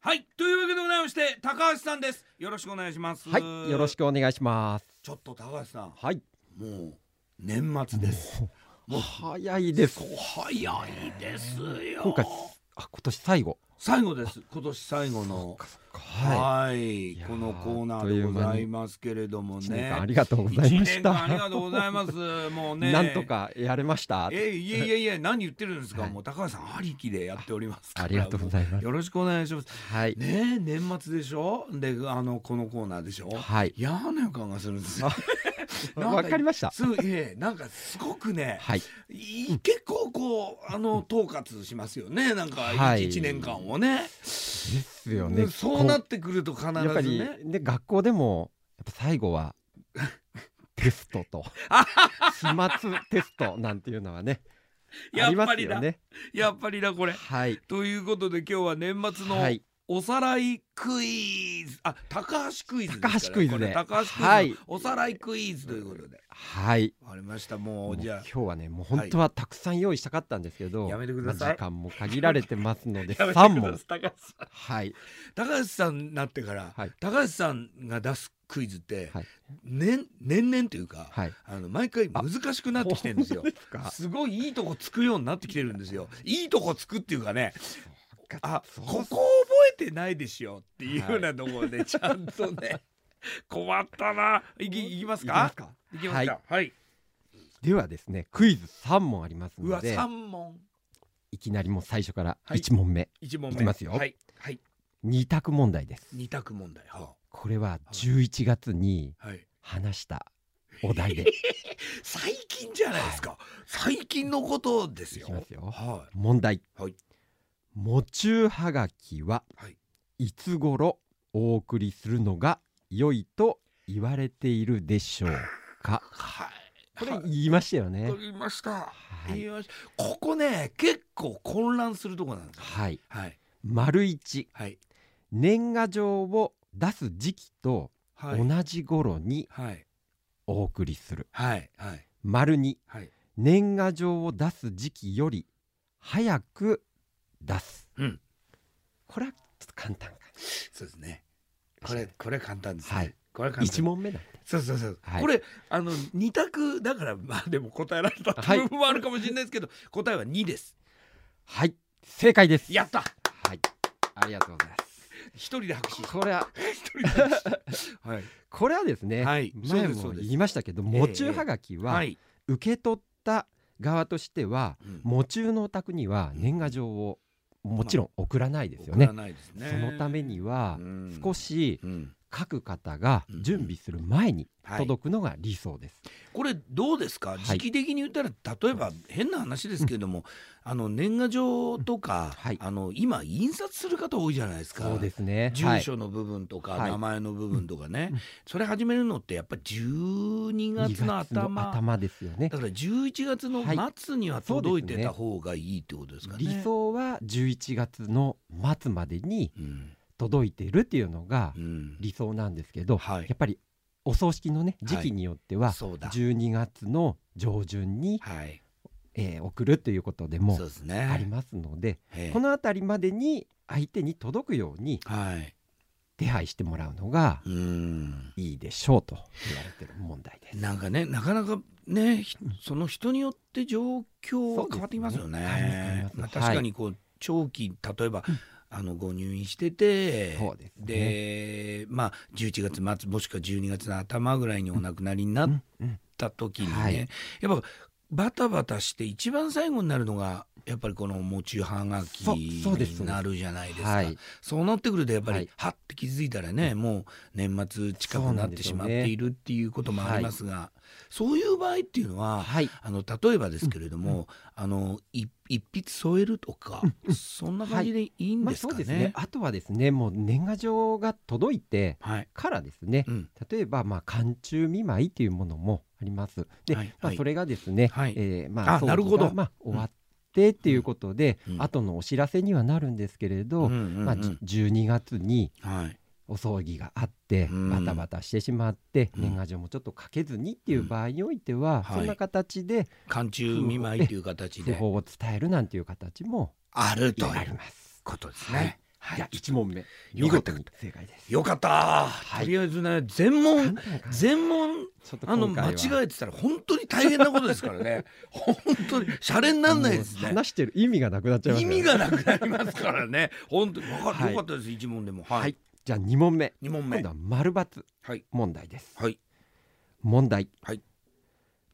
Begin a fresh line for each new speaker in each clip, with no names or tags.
はいというわけでございまして高橋さんですよろしくお願いします
はい、よろしくお願いします。
ちょっと高橋さん
はい、
もう年末です
早いです。
早いですよ
今回、あ、今年最後。
最後です今年最後の
は
はい
いやー
このコーナーでございますけれども
い、一年
ね
間ありがとうございまし
一年間ありが
た。
とうございますもうね
なんとかやれました。
えいやいやいや何言ってるんですか、
はい
もう高橋さんありきでやっておりますから
ありがとうございます
よろしくお願いします
はい、
ねえ年末でしょであのこのコーナーでしょ
はい、
嫌な予感がするんですよ
あ
なん
わかりました
すぐいえなんかすごくね
はい、
い結構こうあの統括しますよねなんか
はい
一年間をね,、
ですよね。
そうなってくると必
こうやっぱ
ず
り
ね、
ね、学校でも、やっぱ最 後は。テストと。期末テストなんていうのはね。あ
や
り
っ
ま
ぱ
す
り
よ
だ
ね。
やっぱりだこれ。
はい。
ということで今日は年末の
はい、
おさらいクイズあ高橋クイズですから
高橋クイズ
こ
で
れ高橋クイズの
はい
おさらいクイズということで
はい。
わかりましたも
もう
うじ
今
ゃあ
日はねもう本当はたくさん用意したかったんですけど、
やめてください
まあ時間も限られてますので
やめて
3
くだ
問
さい高橋さん
はい
高橋さんになってから、
はい
高橋さんが出すクイズって、
はい
年年々というか、
はい
あの毎回難しくなってきてるんですよ
本当ですか
すごいいいとこつくようになってきてるんですよいいとこつくっていうかねあ
そう
ここ覚えてないでしょっていうようなところでちゃんとね困ったないきいきます
いきま
か
すか
いきますかはい、
ではですねクイズ3問あります
うわ
ので
三問
いきなりもう最初から
はい
1問目、
一問目
いきますよ
はいはい
2択問題です
二択問題は
これは11月に
あはい
話したお題で
最近じゃないですか、最近のことです
い
よ
きますよ
は
問題
いはい
喪中はがきは
はい
いつ頃お送りするのが良いと言われているでしょう か
はい
これ
はい
言いましたよね
言いました、
はい
言いましたここね結構混乱するとこなんです
はい。
はい
丸一
はい
年賀状を出す時期と
はい
同じ頃に
はい
お送りする。
はいはい
丸二
はい
年賀状を出す時期より早く出す。
うん
これはちょっと簡単か。
そうですねこれこれ簡単ですね、
はい
これ簡単
一問目なんで。
そうそうそう、
はい
これあの二択だからまあでも答えられたっていう部分もあるかもしれないですけど、答えは二です
はい。正解です。
やった
はい。ありがとうございます。
一人で 拍手
これは
一人で拍手はい
これはですね、
はいそう
前
ですそ
も
うです
言いましたけど、
ええ
喪中はがき
は、
はい受け取った側としては、
うん
喪中のお宅には年賀状をもちろん送らないですよ
送
ね
ら。ないですね
そのためには
うん
少し
うん
各方が
うん
準備する前に
はい
届くのが理想です。
これどうですか、
い
時期的に言ったら例えば変な話ですけれども、あの年賀状とか、
はい
あの今印刷する方多いじゃないですか。
そうですね。は
住
い
所の部分とか、
はい
名前の部分とかね、
うん
それ始めるのってやっぱり12月の
2月
頭
の頭ですよね
だ。から11月の
はい
末には
そうですね
届いてた方がいいってことですかね。
理想は11月の末までに
うん、
届いているっていうのが
うん
理想なんですけど、
はい
やっぱりお葬式のね時期によっては
そうだ、
12月の上旬に、
はい、
えー送るということでも
そうです
あり
ね。
ますので、
ええ
このあたりまでに相手に届くように
はい、
手配してもらうのが
うん
いいでしょうと言われてる問題です。
なんかねなかなかねひその人によって状況
そ
は
うで
変
すね
わってきますよね。
はい変わり
ま
ま
あ、
す
確かにこう長期例えば、あのご入院してて
そうですね
でまあ11月末もしくは12月の頭ぐらいにお亡くなりになっ
うん
た時にね、
はい
やっぱバタバタして一番最後になるのがやっぱりこの喪中はがき
そうそうです
になるじゃないですか。
はい、
そうなってくるとやっぱり、は
はい
って気づいたらねもう年末近くなってしまっているっていうこともありますがそう,、いう場合っていうのは、
はい、
あの例えばですけれども、あのい一筆添えるとか、そんな感じでいいん
まあ
です
そ
か
うです
ね
ね。。あとはですね、もう年賀状が届いて
はい、
からですね
う。ん
例えばまあ寒中見舞いというものもあります。で、
はい
ま
は
あ
い
それがですね、
はい
えーま
あ
あ
なるほど
葬儀がまあ終わってっていうことで、
うん
後のお知らせにはなるんですけれど、
うんうんうん
まあじ12月に
はい
お葬儀があって
うん
バタバタしてしまって
うん
年賀状もちょっと書けずにっていう場合においては、
はい
そんな形で
寒中見舞いという形
訃
で
報を伝えるなんていう形も
あるとい
あり
う
ます。
ことですね。
いや一問目
よ
見
かった
事に正解です
よかった、
い
とりあえずね全問
簡単やから
全問
ちょっと
あの
今回
間
は
違えてたら本当に大変なことですからね 本当にシャレになんないです
もう
ね
話してる意味がなくなっちゃいます
意
よね
味がなくなりますからね本当に分か
はい
よかったです一問でも
は
はい
いじゃあ二問目
二問目
今度は丸抜
はい
問題です
はい
問題
はい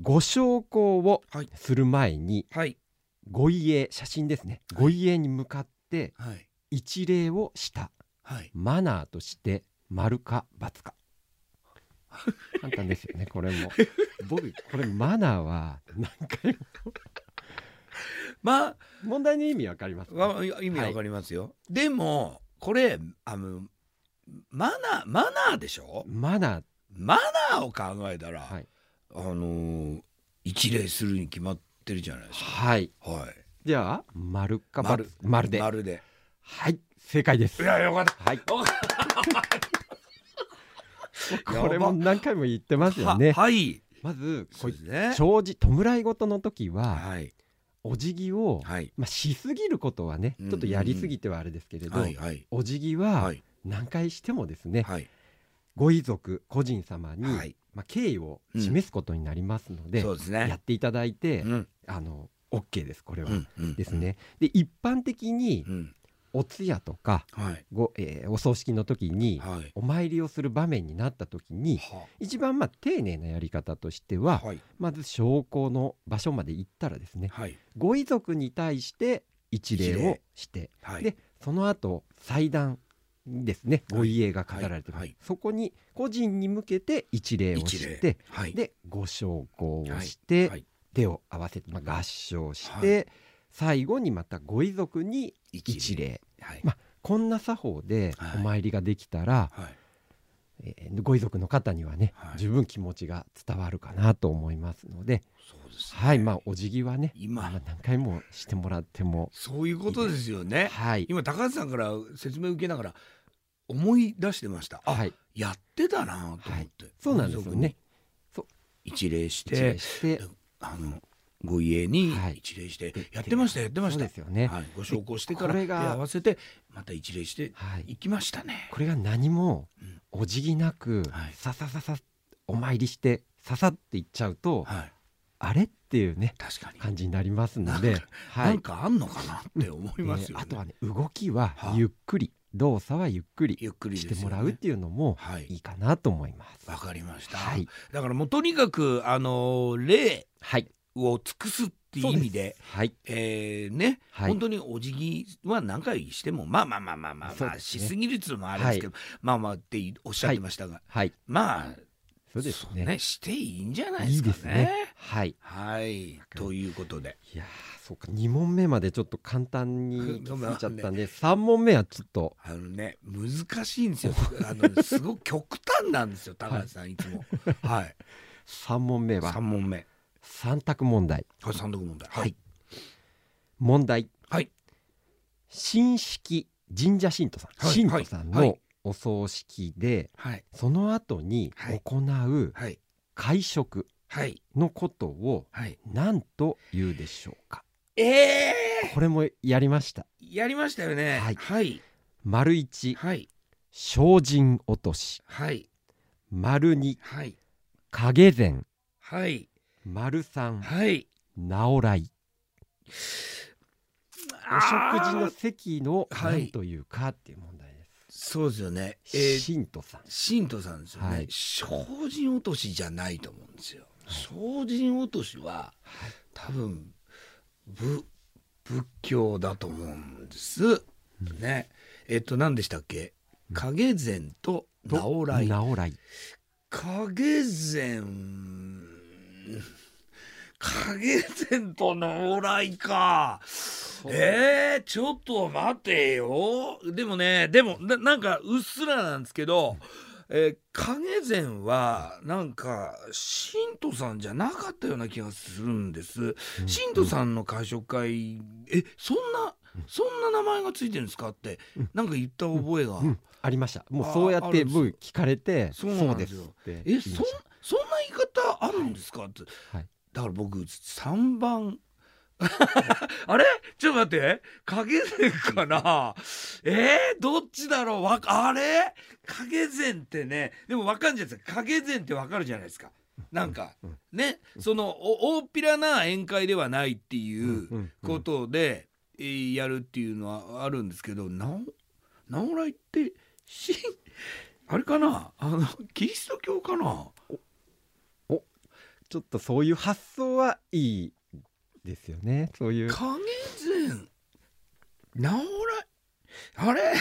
ご焼香を
はい
する前に
はい
ご遺影写真ですねご遺影に向かって
はい
一礼をした
はい
マナーとして丸か×か簡単ですよねこれも僕これマナーは何回も
まあ
問題の意味わかりますか
わ意味わかりますよ、でもこれあのマナーマナーでしょ
マナー
マナーを考えたら、
はい
あのー一礼するに決まってるじゃないです
はい
かはい
では丸か
丸
×丸で
丸で
はい正解です
いやよかった
はい
よかった
これも何回も言ってますよね
ははい
まずこ
そう
う
ですね
障子弔い事の時は
はい
お辞儀を
はい
まあしすぎることはね
うん
ちょっとやりすぎてはあれですけれど
はいはい
お辞儀
は
はい何回してもですね
はい
ご遺族個人様に
はい
まあ敬意を示すことになりますので
そうです
や
ね
っていただいて
うん
あの OK ですこれは
うんうん
ですねで一般的に
うん
お通夜とか
はい
ごえーお葬式の時に
はい
お参りをする場面になった時に一番まあ丁寧なやり方としては
はい
まず証拠の場所まで行ったらですね
はい
ご遺族に対して一礼
一
を
礼
して
はい
でその後祭壇にですね
はい
ご遺影が飾られてます、
はいはい
そこに個人に向けて一礼をし
一
て
礼はい
でご焼香をして、
はい
手を合わせて、まあ、合掌して、
は
最後にまたご遺族に一礼
はい
まこんな作法で
はい
お参りができたら、
はい
えーご遺族の方にはね、
はい
十分気持ちが伝わるかなと思いますので、
そうですね
はいまあお辞儀はねまあ
今
何回もしてもらっても
そういうことですよね
はい
今高橋さんから説明受けながら思い出してましたあ
はい
やってたなと思って
そうなんですよね
一礼し
一礼
て
して
あのご家に
はい
一礼してやってましたやってまし
そう
た
ですよね
はいご紹介してから
こ
手
れが
合わせてまた一礼して
はい
行きましたね
これが何も
うん
お辞儀なく
はい
ささささお参りしてささっていっちゃうと
はい
あれっていうね
確かに
感じになりますので
なんか
は
ないんかあんのかなって思いますよ
え
ね
ーあとはね動きは
はあ
ゆっくり動作はゆっくり
ゆっくり
し
で
て
すよ
も
ね
らうっていうのも
はい
いいかなと思います
わかりました
はい
だからもうとにかくあの礼
はい
を尽くすっていう意味で
はい
えーね
はい
本当にお辞儀は何回してもまあまあまあまあまあ、
そう
まあ、
です
し
ね
すぎるつもあれですけど、まあまあっておっしゃってましたが、
はい
まあ
そうですね
していいんじゃないで
いい
すか
で
ね。
すねはい
はいということで
いやーそうか2問目までちょっと簡単に 行き過ぎちゃったんで3問目はちょっと
あのね難しいんですよあ のすごく極端なんですよ高橋さんいつも。はい
3問目は
3問目
3択問題
これ三読問題。
はい問題
はい
神式神社神徒さん、
はい
神徒さん
は
の
い
お葬式で
はい
その後に
はい
行う
はい
会食
はい
のことを
はい。
何と言うでしょうか
ええ
これもやりました
ー、やりましたよね。
はい
はい
丸1
はい
精進落とし
はい
丸2
はい
影前
はい
丸3
はい。
直来お食事
あ
の
ー
席の
はい
何というかっていう問題で
そうですよね。えー
す。信徒さん。
信徒さんですよね、
はい
精進落としじゃないと思うんですよ、精進落としは多分ぶ仏教だと思うんです、ねえっと何でしたっけ影禅と直来
直来。
影禅影禅と直来かえー、ちょっと待てよでもねでもななんかうっすらなんですけど、えー、影禅はなんか信徒さんじゃなかったような気がするんです信徒さんの会食会えそんなそんな名前がついてるんですかって
うん
なんか言った覚えが、
うん、ありました。も
あ
うそうや
あ
っ
る
て
んですよ
僕聞かれて、
そ
そう
な
うん
で
ですす
よ
って
え
言いま
そん
した。
そんな言い方あるんですかって、
はい
だから僕3番 あれちょっと待って影善か なえー、どっちだろうわあれ影善ってねでもわかんじゃないですか影善ってわかるじゃないですかなんか
うん
ねそのお大っぴらな宴会ではないっていう
うんうん
ことで、えーやるっていうのはあるんですけどなおなおらいってし あれかなあのキリスト教かな
ちょっとそういう発想はいいですよねそういう
影善なおらあれ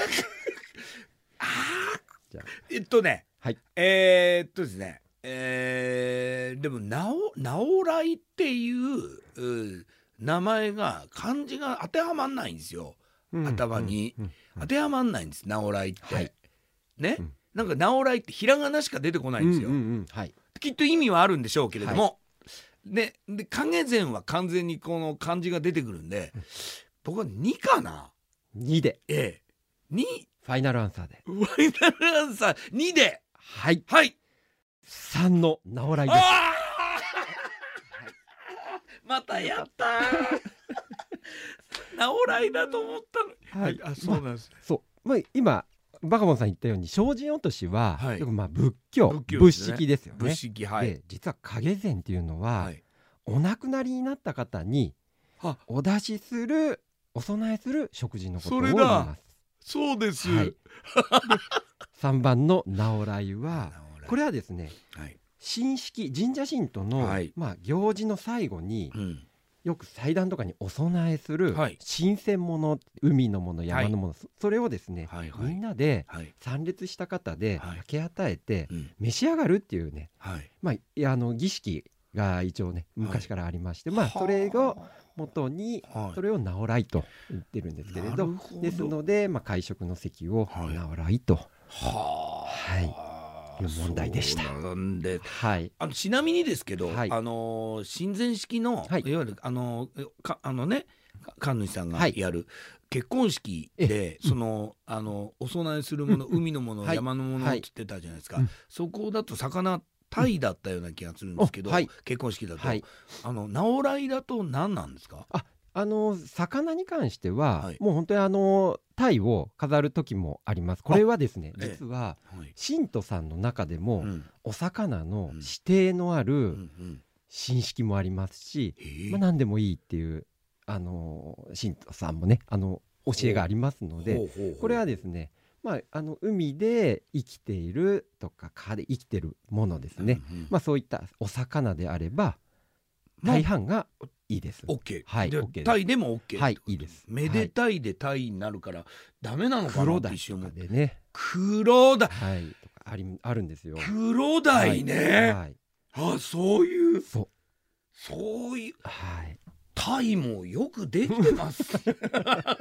あー
じゃあ
えっとね、
はい
えーっとですねえーでもなお「なおらい」っていううん名前が漢字が当てはまんないんですよ
うん
頭に
うんうんうん
当てはまんないんです「なおらい」って、
はい
ね、
うん
なんか「なおらい」ってひらがなしか出てこないんですよ、
うんうんうんはい
きっと意味はあるんでしょうけれども、でで影善は完全にこの漢字が出てくるんで僕は2かな
2で
ええ2
ファイナルアンサーで
ファイナルアンサー2で
はい
はい
3の直らいです
あーまたや ったー直らいだと思ったの
はい
あそうなんです、
そうまあ今バカボンさん言ったように精進落としは、
はい
よくまあ仏教
仏
仏
教ですね
式ですよね
仏式はい
で実は影禅っていうのは、
はい
お亡くなりになった方に
あ
お出しするお供えする食事のこと
そ
を
れ
言
だ
います
そうです
はい3番の直らいはこ
れ
れはですね
はい、
神式神社神との、
はい
まあ、行事の最後に
うん
よく祭壇とかにお供えする
はい
新鮮もの海のもの
はい
山のもの、そそれをですね、
はいは
みん
い
なで
はい
参列した方で
はい
分け与えて
うん
召し上がるっていうね、
はい
まあ、いやあの儀式が一応ね昔からありまして、まあ、それを元に
はい
それを直らいと言ってるんですけれ
な
ど,、
るほど
ですので、まあ、会食の席を
はい
直らいと、
はあ、
はいいう問題でした
そうなんで
はい
あのちなみにですけど、
はい
あのー親善式の、
はい
い、わゆるあのーかあのねか神主さんが
はい
やる結婚式で、そのあのお供えするもの、海のもの、
はい
山のものっ
は
て
い
言ってたじゃないですか、
うん
そこだと魚タイだったような気がするんですけど、
うんあはい
結婚式だと、
はい、
あの直らいだと何なんですか
あの魚に関しては、
はい
もう本当にあの鯛を飾る時もありますこれはですね
ええ
実は
はい
神徒さんの中で
う
も、
ん
お魚の
うん
指定のあ
うんう
る
ん
神式もありますし、
へえ
まあ、何でもいいっていうあの神徒さんもねあの教えがありますので
ほうほうほう
これはですね、まあ、あの海で生きているとか川で生きてるものですね、
うんうん
まあ、そういったお魚であれば
まあ
大半がいいです。
オッケー。
はい
で
OK です
タイでもオッケー。
はいいいです
めでたいでタイになるから、ダメなのかな
黒
って
鯛
一瞬思
とか
って。
でね、
黒だ。
はい、とかありあるんですよ。
黒だいね。
はい、
あ、そういう。
そう、
そういう。
はい、
タイもよくできてます。なんか、、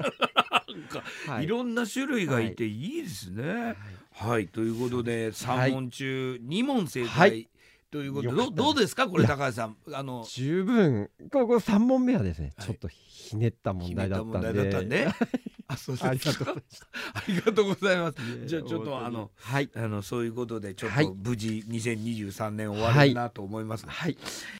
はいい、
ろんな種類がいていいですね。はい、ということで、
はい
三問中二問正解。
はい
ということで
よかっ
ど
た
う
です
どうですかこれ
いや
高橋さんあの
十分ここ三問目はですね、
はい
ちょっとひねった問題だったんで
決めた問題 だったんであそう
あり
で
が
す
と
か
うございました
ありがとうございます。じゃあちょっ
いや
とあの
本当にはい
あのそういうことでちょっ
はい
と無事2023年終
は
わる
い
なと思いますが、
はい